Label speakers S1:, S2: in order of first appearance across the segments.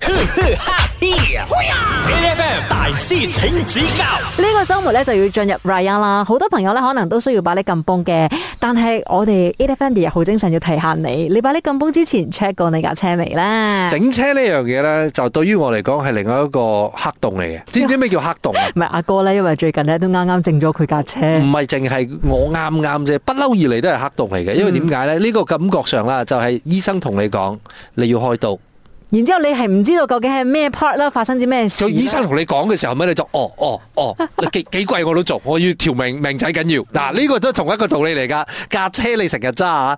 S1: 哈 FM 大師請指教
S2: 呢個周末咧就要進入 Raya 啦，好多朋友咧可能都需要把你撳崩嘅，但係我哋 A F M 日日好精神要提下你，你把你撳崩之前 check 過你架車未咧？
S3: 整車呢樣嘢咧，就對於我嚟講係另外一個黑洞嚟嘅。知唔知咩叫黑洞 啊？
S2: 唔係阿哥咧，因為最近咧都啱啱整咗佢架車，
S3: 唔係淨係我啱啱啫，不嬲以嚟都係黑洞嚟嘅。因為點解咧？呢個感覺上啦，就係醫生同你講你要開刀，
S2: 然之後你係唔知道究竟係咩 part 啦，發生啲咩事
S3: 就
S2: 啦？
S3: 醫生同你講嘅時候咩你就哦哦哦，你幾幾貴我都做，我要條命命仔緊要。嗱，呢個都同一個道理嚟㗎。架車你成日揸啊，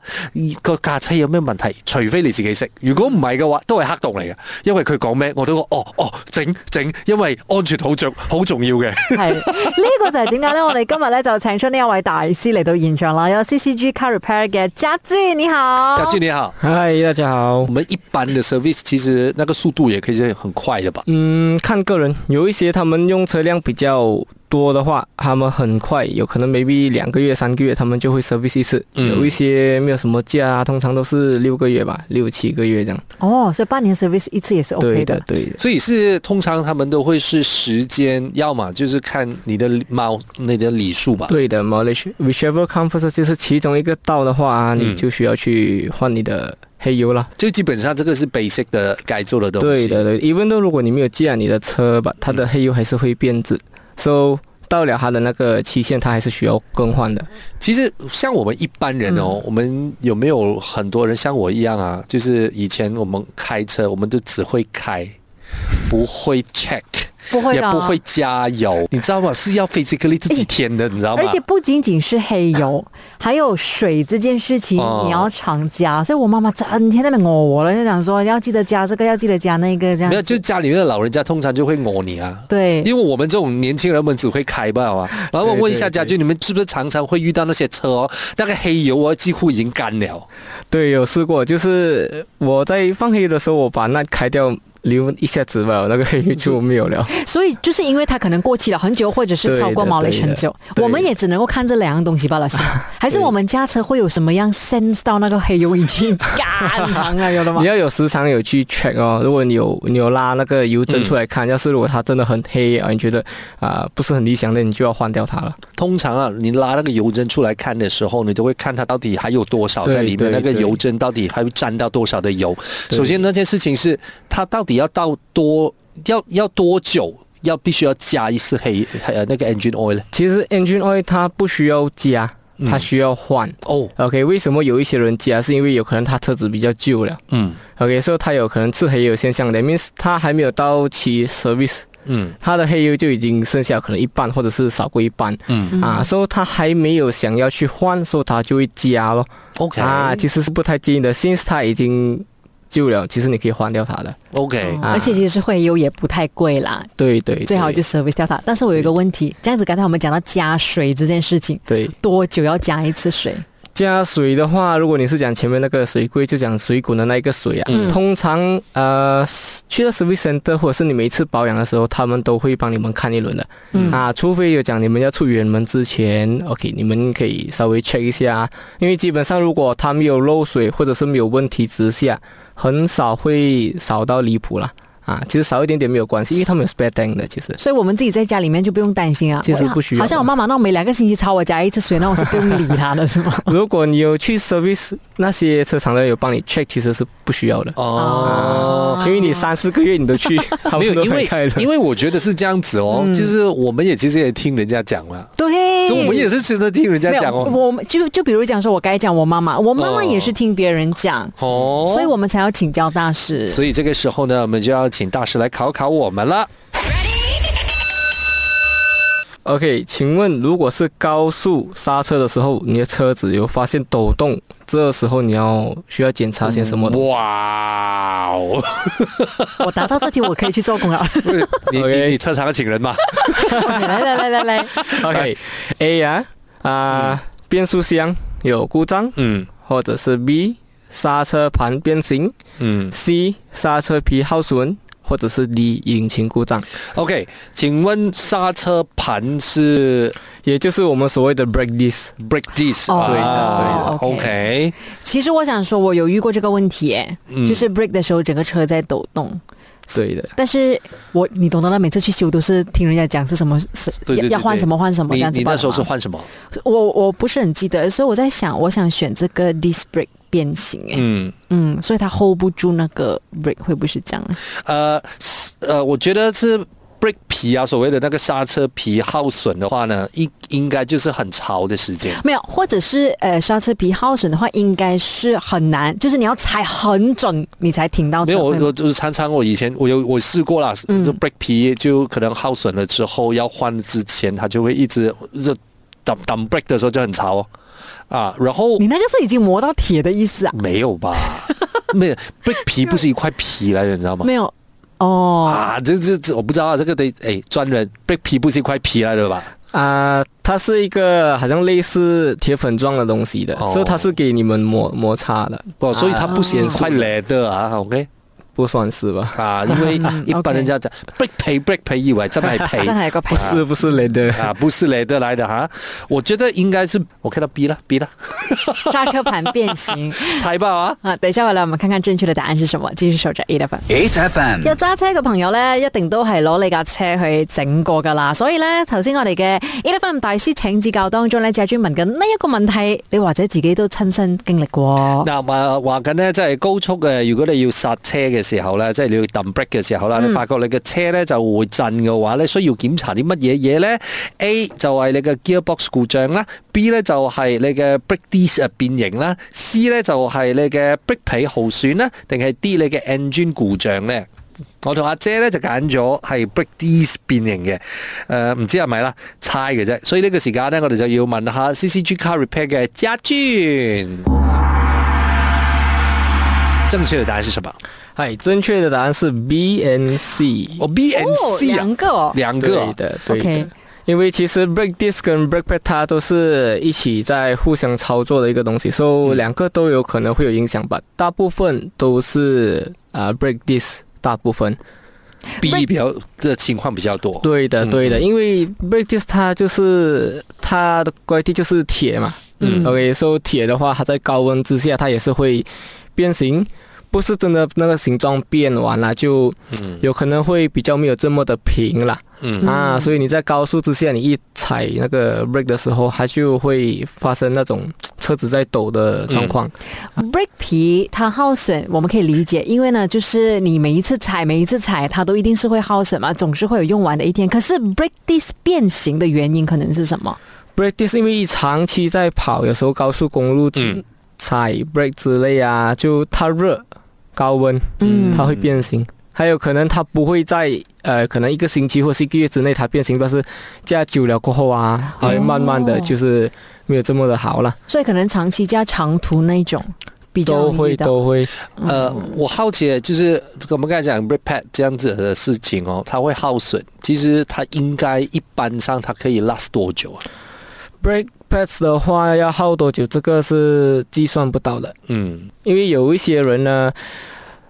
S3: 個架車有咩問題？除非你自己識，如果唔係嘅話，都係黑洞嚟嘅。因為佢講咩我都講哦哦整整，因為安全好重好重要嘅。
S2: 係呢個就係點解咧？我哋今日咧就請出呢一位大師嚟到現場啦，有 C C G Car Repair 嘅家俊，你好。
S3: 家俊你好。
S4: 嗨，大家好
S3: 我。们一般的 service 其实那个速度也可以是很快的吧？
S4: 嗯，看个人，有一些他们用车辆比较多的话，他们很快，有可能 maybe 两个月、三个月，他们就会 service 一次。
S3: 嗯
S4: 有一些没有什么假啊，通常都是六个月吧，六七个月这样。
S2: 哦，所以半年 service 一次也是 OK
S4: 对
S2: 的
S4: 的，。对的。
S3: 所以是通常他们都会是时间，要么就是看你的猫你的礼数吧。
S4: 对的 m a l a y s i whichever come first，就是其中一个到的话啊，你
S3: 嗯
S4: 就需要去换你的黑油了。
S3: 就基本上这个是 basic 的该做的东西。嗯
S4: 对的，对，even though 如果你没有借你的车吧，它的黑油还是会变质，so 到了它的那个期限，它还是需要更换的。
S3: 其实像我们一般人哦，我们有没有很多人像我一样啊？就是以前我们开车，我们就只会开，不会 check，
S2: 不会
S3: 也
S2: 的啊
S3: 不会加油，你知道吗？是要 physically 自己填的，你知道吗
S2: 而？且不仅仅是黑 油，还有水这件事情
S3: 哦
S2: 你要常加，所以我妈妈整天在那边我我了，就讲说要记得加这个，要记得加那个，这样
S3: 没有，就家里面的老人家通常就会讹你啊。
S2: 对。
S3: 因为我们这种年轻人们只会开吧 嘛。然后我问一下
S4: 对对
S3: 家俊，你们是不是常常会遇到那些车哦，那个黑油哦几乎已经干了，
S4: 对，有试过，就是我在放黑的时候，我把那开掉，留一下子吧，那 个黑就没有了。
S2: 所以就是因为它可能过期了很久，或者是超过毛利很久
S4: 对，的对的
S2: 我们也只能够看这两样东西罢了，是吗还是我们驾车会有什么样 sense 到那个黑油已经干行了，有的吗
S4: 你？要有时常有去 check 哦，如果你有你有拉那个油针出来看，要是如果它真的很黑啊，你觉得啊、不是很理想的，你就要换掉它了。
S3: 通常啊，你拉那个油针出来看的时候，你都会看它到底还有多少
S4: 对
S3: 在里面，
S4: 对
S3: 那个
S4: 对
S3: 油针到底还会沾到多少的油。
S4: 对
S3: 首先那件事情是它到底要到多要要多久，要必须要加一次黑呃那个 engine oil
S4: 其实 engine oil 它不需要加，它需要换。
S3: 哦，
S4: OK，为什么有一些人加？是因为有可能他车子比较旧了。
S3: 嗯
S4: OK，所以它有可能吃黑油现象的，means 它还没有到期 service。
S3: 嗯
S4: 它的黑油就已经剩下可能一半，或者是少过一半、
S3: 嗯
S4: 啊，所以他还没有想要去换，所以他就会加咯
S3: ，OK
S4: 啊，其实是不太建议的，since 它已经旧了，其实你可以换掉它的，
S3: OK，
S2: 而且其实会油也不太贵啦，
S4: 对对，对
S2: 最好就 service 掉它。但是我有一个问题，这样子刚才我们讲到加水这件事情，
S4: 对
S2: 多久要加一次水？
S4: 加水的话，如果你是讲前面那个水柜，就讲水滚的那一个水啊，
S2: 嗯
S4: 通常呃去到 service center 或者是你每一次保养的时候，他们都会帮你们看一轮的。
S2: 嗯
S4: 啊，除非有讲你们要出远门之前，OK，你们可以稍微 check 一下，啊因为基本上如果它没有漏水或者是没有问题之下，很少会少到离谱啦。啊，其实少一点点没有关系，因为他们有 spare tank 的，其实。
S2: 所以我们自己在家里面就不用担心啊。
S4: 其实不需要
S2: 好像我妈妈那种每两个星期朝我加一次水，那我是不用理她的， 是吗？
S4: 如果你有去 service 那些车厂的有帮你 check，其实是不需要的。
S3: 哦。
S4: 因为你三四个月你都 去，他
S3: 没有，
S4: 们都
S3: 因
S4: 开
S3: 为
S4: 开嗯了。
S3: 因为我觉得是这样子哦，就是我们也其实也听人家讲了，
S2: 对，
S3: 我们也是真的听人家
S2: 嗯没有
S3: 讲哦。
S2: 我们就就比如讲说，我该讲我妈妈，我妈妈
S3: 哦
S2: 也是听别人讲，
S3: 哦，
S2: 所以我们才要请教大师。
S3: 所以这个时候呢，我们就要请大师来考考我们了。
S4: OK，请问如果是高速刹车的时候，你的车子有发现抖动，这时候你要需要检查些什么？
S3: 哇哦！
S2: 我答到这题，我可以去做工 了。
S3: 你你
S4: OK
S3: 你车常请人嘛？
S2: 来来来来来，
S3: 嗯哎
S4: OK，A 啊啊，变速箱有故障，
S3: 嗯
S4: 或者是 B 刹车盘变形
S3: 嗯
S4: ，C 刹车皮耗损，或者是 D 引擎故障，
S3: ，OK，请问刹车盘是
S4: 也就是我们所谓的 brake disc。
S3: brake disc
S2: 哦
S3: 啊
S2: 对的
S3: ？OK，
S2: 其实我想说，我有遇过这个问题耶，
S3: 嗯
S2: 就是 break 的时候整个车在抖动，
S4: 对的。
S2: 但是我你懂得了，每次去修都是听人家讲是什么是
S3: 对对对
S2: 要要换
S3: 对
S2: 什么换什么这
S3: 你
S2: 样子
S3: 你
S2: 吧
S3: 那时候是换什么？
S2: 我我不是很记得，所以我在想，我想选这个 disc brake 变形诶、
S3: 嗯，
S2: 嗯，所以它 hold 不住那个 brake 会不会是这样呢？
S3: 呃是呃，我觉得是 brake 皮啊，所谓的那个刹车皮耗损的话呢，应应该就是很潮的时间。
S2: 没有，或者是呃刹车皮耗损的话，应该是很难，就是你要踩很准你才停到
S3: 没
S2: 车。
S3: 有，我
S2: 哦会吗
S3: 我就是常常我以前我有我试过啦，
S2: 嗯
S3: 就 break 皮就可能耗损了之后要换之前，它就会一直就挡挡 break 的时候就很潮哦啊，然后
S2: 你那个是已经磨到铁的意思啊？
S3: 没 有吧？没有 break 皮不是一块皮来的，你知道吗？
S2: 没有，哦，
S3: 啊，这这这我不知道啊，这个得哎专人 break 皮不是一块皮来的吧？
S4: 啊、它是一个好像类似铁粉状的东西的，
S3: 哦
S4: 所以它是给你们摩摩擦的，
S3: 哦，所以它不是一
S2: 啊
S3: 块 leather 啊，OK
S4: 不算是吧？
S3: 啊，因为
S2: 嗯
S3: 一般
S2: OK
S3: 人家讲 break 皮 break 皮以为真係皮
S2: 真系一个皮
S4: 不。是，不是雷的。
S3: 啊，不是 leather 来的哈、我觉得应该是我看到 B 了 B 了，
S2: 刹车盘变 形
S3: 猜吧啊。
S2: 啊！等一下回来，我们看看正确的答案是什么。继续守着 A 的分。
S1: 8FM
S2: 有揸車嘅朋友咧，一定都係攞你架車去整過噶啦。所以咧，頭先我哋嘅 e l e p h a n 大師請指教當中咧，謝專問緊呢一個問題，你或者自己都親身經歷過。
S3: 嗱，話話緊咧，即係高速嘅，如果你要剎車嘅時候咧，即係你要揼 brake 嘅時候啦，你發覺你嘅車咧就會震嘅話咧，需要檢查啲乜嘢嘢咧？A 就係你嘅 gearbox 故障啦，B 咧就係你嘅 brake disc 呃變形啦，C 咧就係你嘅 brake 皮耗損啦，定係 D 你嘅 engine 故障咧？我同阿姐咧就揀咗係 break these 變形嘅，誒、呃唔知係咪啦，猜嘅啫。所以呢個時間咧，我哋就要問下 CCG Car Repair 嘅家俊。正确的答案是什么？
S4: 哎，正确的答案是 B and C。
S3: 哦，B and
S2: 哦，
S3: C 啊
S2: 兩，個哦
S3: 两个
S4: 对
S3: 啊
S4: 的，对的。
S2: OK
S4: 因为其实 break disc 跟 break pad 它都是一起在互相操作的一个东西，
S3: 嗯
S4: 所、以两个都有可能会有影响吧。大部分都是啊、呃 break disc，大部分。
S3: ，B 比较的情况比较多。
S4: 对的，
S3: 嗯
S4: 对的，因为 break disc 它就是它的乖地就是铁嘛，
S2: 嗯
S4: OK，所、以铁的话，它在高温之下，它也是会变形，不是真的那个形状变完了，就
S3: 嗯
S4: 有可能会比较没有这么的平了、
S3: 嗯
S4: 啊。所以你在高速之下，你一踩那个 brake 的时候，它就会发生那种车子在抖的状况。
S2: brake 皮它耗损，我们可以理解，因为呢，就是你每一次踩，每一次踩，它都一定是会耗损嘛，总是会有用完的一天。可是 brake disc 变形的原因可能是什么？
S4: brake disc 因为长期在跑，有时候高速公路去
S3: 嗯
S4: 踩 brake 之类啊，就它热、高温，
S2: 嗯
S4: 它会变形。还有可能它不会在呃，可能一个星期或是一个月之内它变形，但是加久了过后啊，它会慢慢的
S2: 哦
S4: 就是没有这么的好了，
S2: 所以可能长期加长途那一种比较
S4: 都
S2: 容易
S4: 会
S2: 遇到
S4: 都会。
S3: 呃，我好奇就是我们刚才讲 brake pad 这样子的事情哦，它会耗损，其实它应该一般上它可以 last 多久啊？
S4: brake pads 的话要耗多久，这个是计算不到的，
S3: 嗯，
S4: 因为有一些人呢，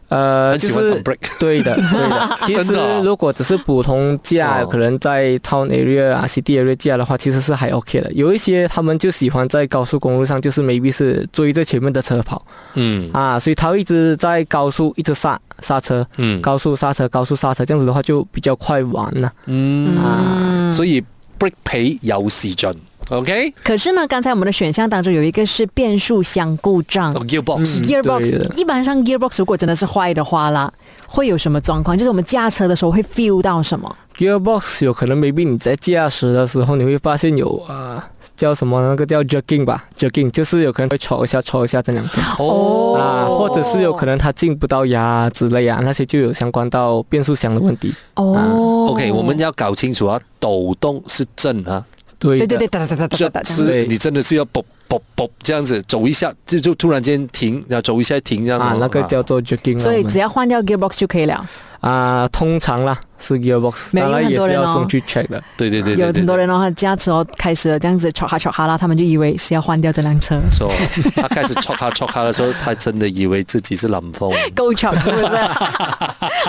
S4: 呃，
S3: 很
S4: 就
S3: 喜欢
S4: 是
S3: d brake，
S4: 对的，对的。其
S3: 真
S4: 实
S3: 的啊
S4: 如果只是普通价，
S3: 哦
S4: 可能在 town area 啊、city area 价的话，其实是还 OK 的。有一些他们就喜欢在高速公路上，就是 maybe 是追着前面的车跑
S3: 嗯
S4: 啊，所以他会一直在高速一直刹刹车，
S3: 嗯
S4: 高速刹车，高速刹车，这样子的话就比较快完了。
S3: 嗯，
S4: 啊
S3: 所以 brake 皮有時盡，OK，
S2: 可是呢，刚才我们的选项当中有一个是变速箱故障。
S3: 哦 gearbox，
S4: 嗯
S2: gearbox
S4: 对的
S2: 一般上 gearbox 如果真的是坏的话啦，会有什么状况？就是我们驾车的时候会 feel 到什么？
S4: Gearbox 有可能 maybe 你在驾驶的时候，你会发现有啊、呃叫什么那个叫 jerking 吧，jerking 就是有可能会戳一下戳一下这辆车。
S2: 哦
S4: 啊，或者是有可能它进不到牙之类啊，那些就有相关到变速箱的问题。
S2: 哦
S3: OK，我们要搞清楚啊，抖动是正啊，
S4: 对
S2: 对
S4: 的
S2: 对对，哒哒哒哒
S3: 这
S2: 哒哒哒。
S3: 是
S4: 对
S3: 你真的是要啵啵啵这样子走一下，就就突然间停，然后走一下停这样
S4: 啊，那个叫做 jerking 啊。
S2: 所以
S4: 我们
S2: 只要换掉 gearbox 就可以了。
S4: 啊，通常啦是 gearbox，
S2: 没有
S4: 当然
S2: 因为很
S4: 也
S2: 多
S4: 是
S2: 人
S4: 要
S2: 哦
S4: 送去 check 的。
S3: 对对对
S2: 有
S3: 对
S2: 很多
S3: 对。
S2: 人的话驾车哦开始这样子吵哈吵哈啦，他们就以为是要换掉这辆 车。
S3: 说他开始戳他戳他的时候，他真的以为自己是冷风。
S2: 够 吵是不是？好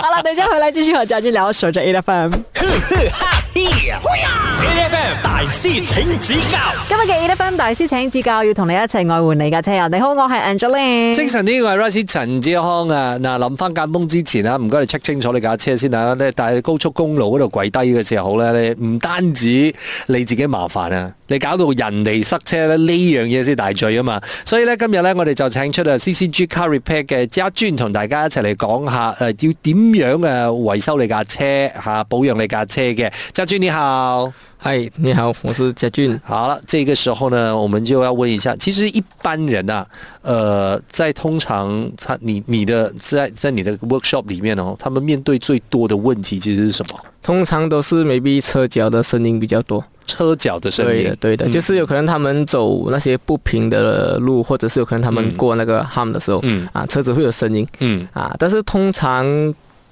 S2: 了，等一下回来继续和家俊聊，守着 A F M。
S1: 呵呵哈 A F M 大师请指教
S2: 今日嘅 A F M 大師請指教，要同你一齊愛護你架車啊！你好，我係 Angeline。
S3: 精神呢個係 Rice 陳志康啊！嗱，臨翻間工之前啊，唔該你 check 清楚你架車先啊！咧，但係高速公路嗰度跪低嘅時候咧，你唔單止你自己麻煩啊，你搞到人哋塞車咧，呢樣嘢先大罪啊嘛！所以咧，今日咧，我哋就請出啊 CCG Car Repair 嘅家專同大家一齊嚟講下誒、呃要點樣誒維修你架車嚇、保養你架車嘅。家專你好。
S4: 嗨，哎你好，我是佳俊。
S3: 好了，这个时候呢，我们就要问一下，其实一般人啊，呃，在通常他你你的在在你的 workshop 里面哦，他们面对最多的问题其实是什么？
S4: 通常都是 maybe 车脚的声音比较多。
S3: 车脚的声
S4: 对
S3: 音
S4: 的，，对的，
S3: 嗯
S4: 就是有可能他们走那些不平的路，或者是有可能他们
S3: 嗯
S4: 过那个 ham 的时候，
S3: 嗯
S4: 啊，车子会有声音
S3: 嗯
S4: 啊。但是通常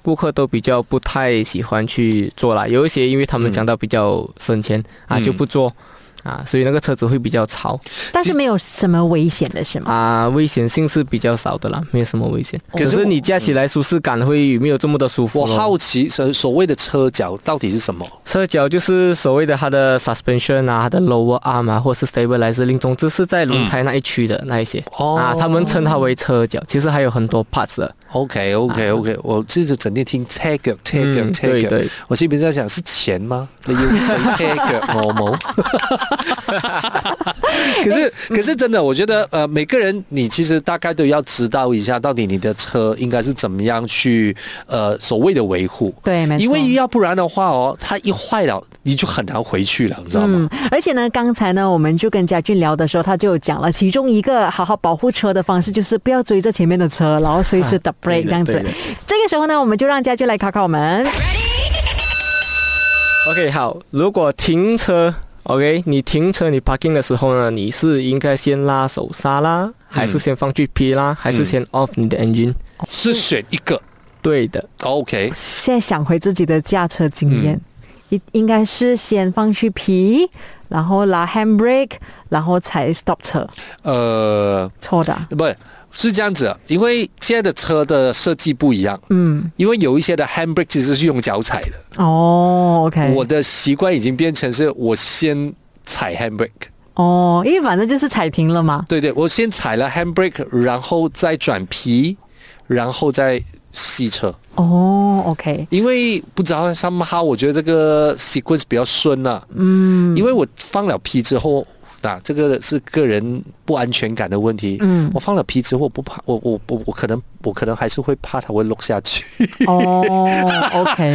S4: 顾客都比较不太喜欢去做啦，有一些因为他们讲到比较省钱、啊，
S3: 嗯
S4: 就不做啊，所以那个车子会比较吵
S2: 但是没有什么危险的，是吗？
S4: 啊，危险性是比较少的啦，没有什么危险。
S3: 哦可是
S4: 可
S3: 我嗯
S4: 是你驾起来舒适感会没有这么的舒服、
S3: 我
S4: 哦。
S3: 好奇所所谓的车脚到底是什么？
S4: 车脚就是所谓的它的 suspension 啊，它的 lower arm 啊，或是 stabilizer 令，总之是在轮胎那一区的那一些、
S3: 嗯哦
S4: 啊，他们称它为车脚。其实还有很多 parts 的，
S3: OK
S2: 啊
S3: OK OK，、我这就整天听车脚车脚
S4: 嗯
S3: 车脚，
S4: 对对
S3: 我心里面在想是钱吗？你要你车脚我冇。 可是
S2: 嗯
S3: 可是真的，我觉得呃，每个人你其实大概都要知道一下，到底你的车应该是怎么样去呃所谓的维护。
S2: 对，没错。
S3: 因为要不然的话哦，它一坏了你就很难回去了，你知道吗？
S2: 嗯，而且呢，刚才呢，我们就跟佳俊聊的时候，他就有讲了，其中一个好好保护车的方式就是不要追着前面的车，然后随时打 break
S4: 啊对
S2: 这
S4: 的
S2: 样子
S4: 对的。
S2: 这个时候呢，我们就让佳俊来考考我们。
S4: OK，好，如果停车，OK，你停车你 parking 的时候呢，你是应该先拉手刹啦，还是先放 GP 啦，还是先 off 你的 engine？
S3: 是选一个
S4: 对的，
S3: OK，
S2: 现在想回自己的驾车经验，
S4: 嗯
S2: 应、应该是先放去皮，然后拉 handbrake，然后才 stop 车，
S3: 呃，
S2: 错的啊。
S3: 不是是这样子，因为现在的车的设计不一样，
S2: 嗯，
S3: 因为有一些的 handbrake 其实是用脚踩的。
S2: 哦，OK，
S3: 我的习惯已经变成是我先踩 handbrake，
S2: 哦，因为反正就是踩停了嘛。
S3: 对对，我先踩了 handbrake，然后再转皮，然后再吸车。
S2: 哦，OK，
S3: 因为不知道 somehow 我觉得这个 sequence 比较顺啊。嗯，因为我放了皮之后。啊，这个是个人不安全感的问题。
S2: 嗯
S3: 我放了皮之后不怕，我我我我可能我可能还是会怕它会落下去。
S2: 哦，OK，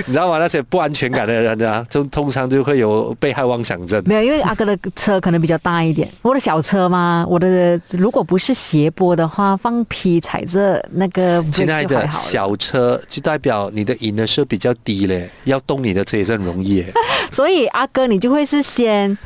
S3: 你知道吗？那些不安全感的人啊，就通常就会有被害妄想症。
S2: 没有，因为阿哥的车可能比较大一点，我的小车嘛，我的如果不是斜坡的话，放皮踩着那个
S3: 亲爱
S2: brake 就还
S3: 的，
S2: 好了
S3: 小车就代表你的 inner 是比较低嘞，要动你的车也是很容易 耶。
S2: 所以阿哥你就会是先，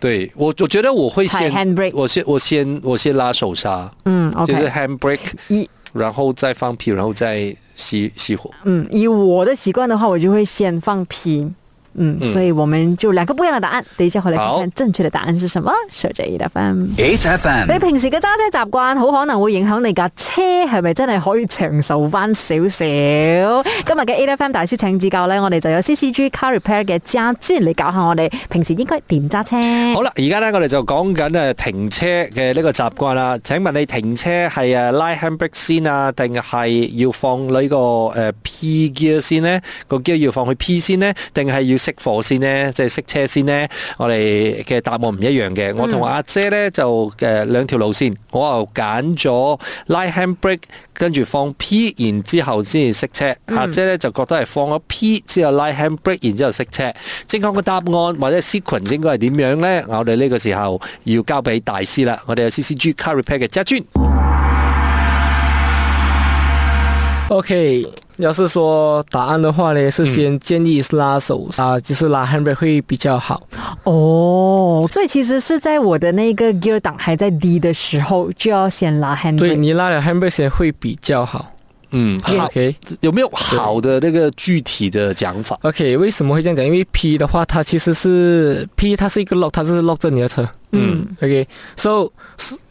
S3: 对我，我觉得我会
S2: 踩
S3: 先
S2: handbrake
S3: 我先我先我先拉手刹，
S2: 嗯，OK，
S3: 就是 handbrake，
S2: 一
S3: 然后再放屁，然后再熄熄火。
S2: 嗯，以我的习惯的话，我就会先放屁。嗯，所以我们就两个不一样的答案，等一下回来看
S3: 好
S2: 看正确的答案是什么。守着 E F M，
S1: ，H F M
S2: 你平時嘅揸車習慣好可能會影響你架車係咪真係可以長壽翻少少？今日嘅 A F M 大師請指教呢，我哋就有 C C G Car Repair 嘅揸專嚟教下我哋平時應該點揸車。
S3: 好啦，而家咧我哋就講緊诶停車嘅呢個習慣啦。請問你停車係诶拉 handbrake 先啊，定係要放呢個诶 P gear 先呢？個 gear 要放去 P 先呢？定係要熄火先呢？即係熄車先呢？我哋嘅答案唔一樣嘅。我同阿姐咧就诶两条路線，我又揀咗拉 handbrake，跟住放 P，然之後先至熄車。
S2: 嗯
S3: 阿姐咧就覺得係放咗 P 之後拉 handbrake，然之後熄車。正確嘅答案或者 sequence 應該係點樣呢？我哋呢個時候要交俾大師啦。我哋有 CCG Car Repair 嘅家專。
S4: OK，要是说答案的话呢，是先建议是拉手刹，就是拉 handbrake 会比较好。
S2: 哦，所以其實是在我的那個 gear 档還在低的時候，就要先拉 hand。
S4: 对你拉了 handbrake 先会比较好。
S3: 嗯，好，
S4: OK
S3: 有沒有好的那個具體的講法？
S4: OK，为什么会这样讲？因为 P 的话，它其实是 P，它是一个 lock，它是 lock 着你的车。
S3: 嗯，
S4: OK，so、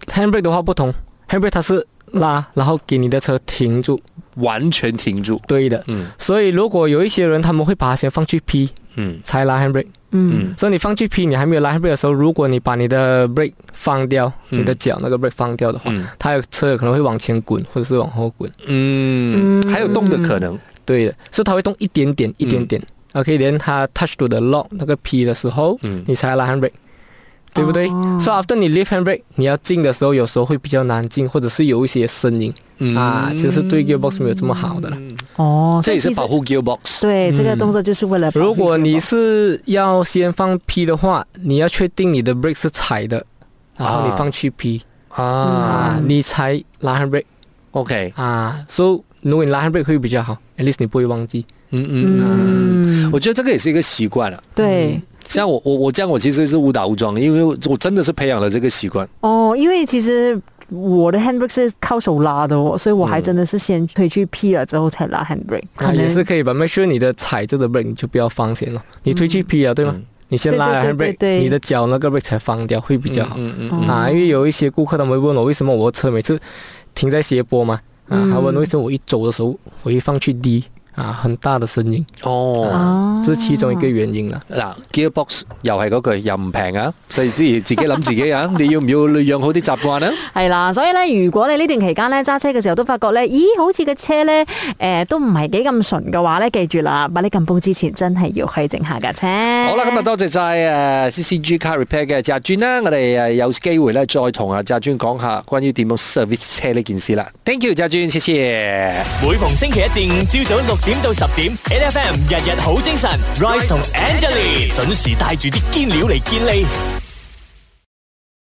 S4: handbrake 的话不同，handbrake 它是拉，然后给你的车停住。
S3: 完全停住。
S4: 对的，
S3: 嗯
S4: 所以如果有一些人他们会把它先放去 P，
S3: 嗯
S4: 才拉 handbrake。
S2: 嗯
S3: 嗯
S4: 所以你放 GP 你还没有拉 handbrake 的时候，如果你把你的 brake 放掉，你的脚那个 brake 放掉的话，
S3: 嗯
S4: 它有车有可能会往前滚或者是往后滚。
S3: 嗯，还有动的可能。
S4: 对的，所以它会动一点点，一点点。OK，连它 touch to the lock 那个 P 的时候，
S3: 嗯
S4: 你才拉 handbrake，对不对、
S2: 哦
S4: s o after 你 lift handbrake，你要进的时候，有时候会比较难进，或者是有一些声音、
S3: 嗯
S4: 啊，其实对 gearbox 没有这么好的了。
S2: 哦，
S3: 这也是
S2: 所以其实
S3: 保护嗯 gearbox。
S2: 对，这个动作就是为了保护
S4: 如果
S2: 这
S4: 你
S2: 个
S4: 是要先放 P 的话，你要确定你的 brake 是踩的，然后
S3: 啊
S4: 你放去 P
S3: 啊
S4: 啊，你才拉 handbrake
S3: ，OK，
S4: 啊。So 如果你拉 handbrake 会比较好，at least 你不会忘记。
S3: 嗯嗯嗯，
S2: 嗯，
S3: 我觉得这个也是一个习惯了。
S2: 对。
S3: 像我我我这样我其实是误打误撞的，因为我真的是培养了这个习惯。
S2: 哦，因为其实我的 handbrake 是靠手拉的哦，所以我
S3: 嗯
S2: 还真的是先推去 P 了之后才拉 handbrake，、
S4: 啊，
S2: 可能
S4: 也是可以吧。make sure 你的踩着的 brake 你就不要放先了，你推去 P 啊，对吗？
S3: 嗯
S4: 你先
S2: 对
S4: 拉
S2: 对
S4: hand
S2: 对
S4: brake，
S2: 对对
S4: 你的脚那个 brake 才放掉会比较好、
S3: 嗯嗯
S2: 嗯
S4: 啊。因为有一些顾客他们会问我，为什么我的车每次停在斜坡嘛？啊，
S2: 嗯
S4: 他问为什么我一走的时候我会放去 D 啊，很大的声音，
S3: 哦，
S2: 啊
S4: 这是其中一个原因啦。
S3: 嗱，gearbox 又係嗰句又唔平啊，所以自己自己諗自己啊，你 要唔要養好啲習慣啊？
S2: 系啦，所以咧，如果你呢段期間咧揸車嘅時候都發覺咧，咦，好似個車咧，诶、呃都唔係幾咁順嘅話咧，記住啦，把你撳煲之前真係要去整下架車。
S3: 好啦，咁啊多謝晒誒 CCG Car Repair 嘅謝專啦，我哋誒有機會咧再同阿謝專講下關於點樣 service 車呢件事啦。Thank you，謝專，謝謝。
S1: 每逢星期一至五朝早六點到十點，N F M 日日好精神，Rise 同 Angelie 準時帶住啲堅料嚟堅利。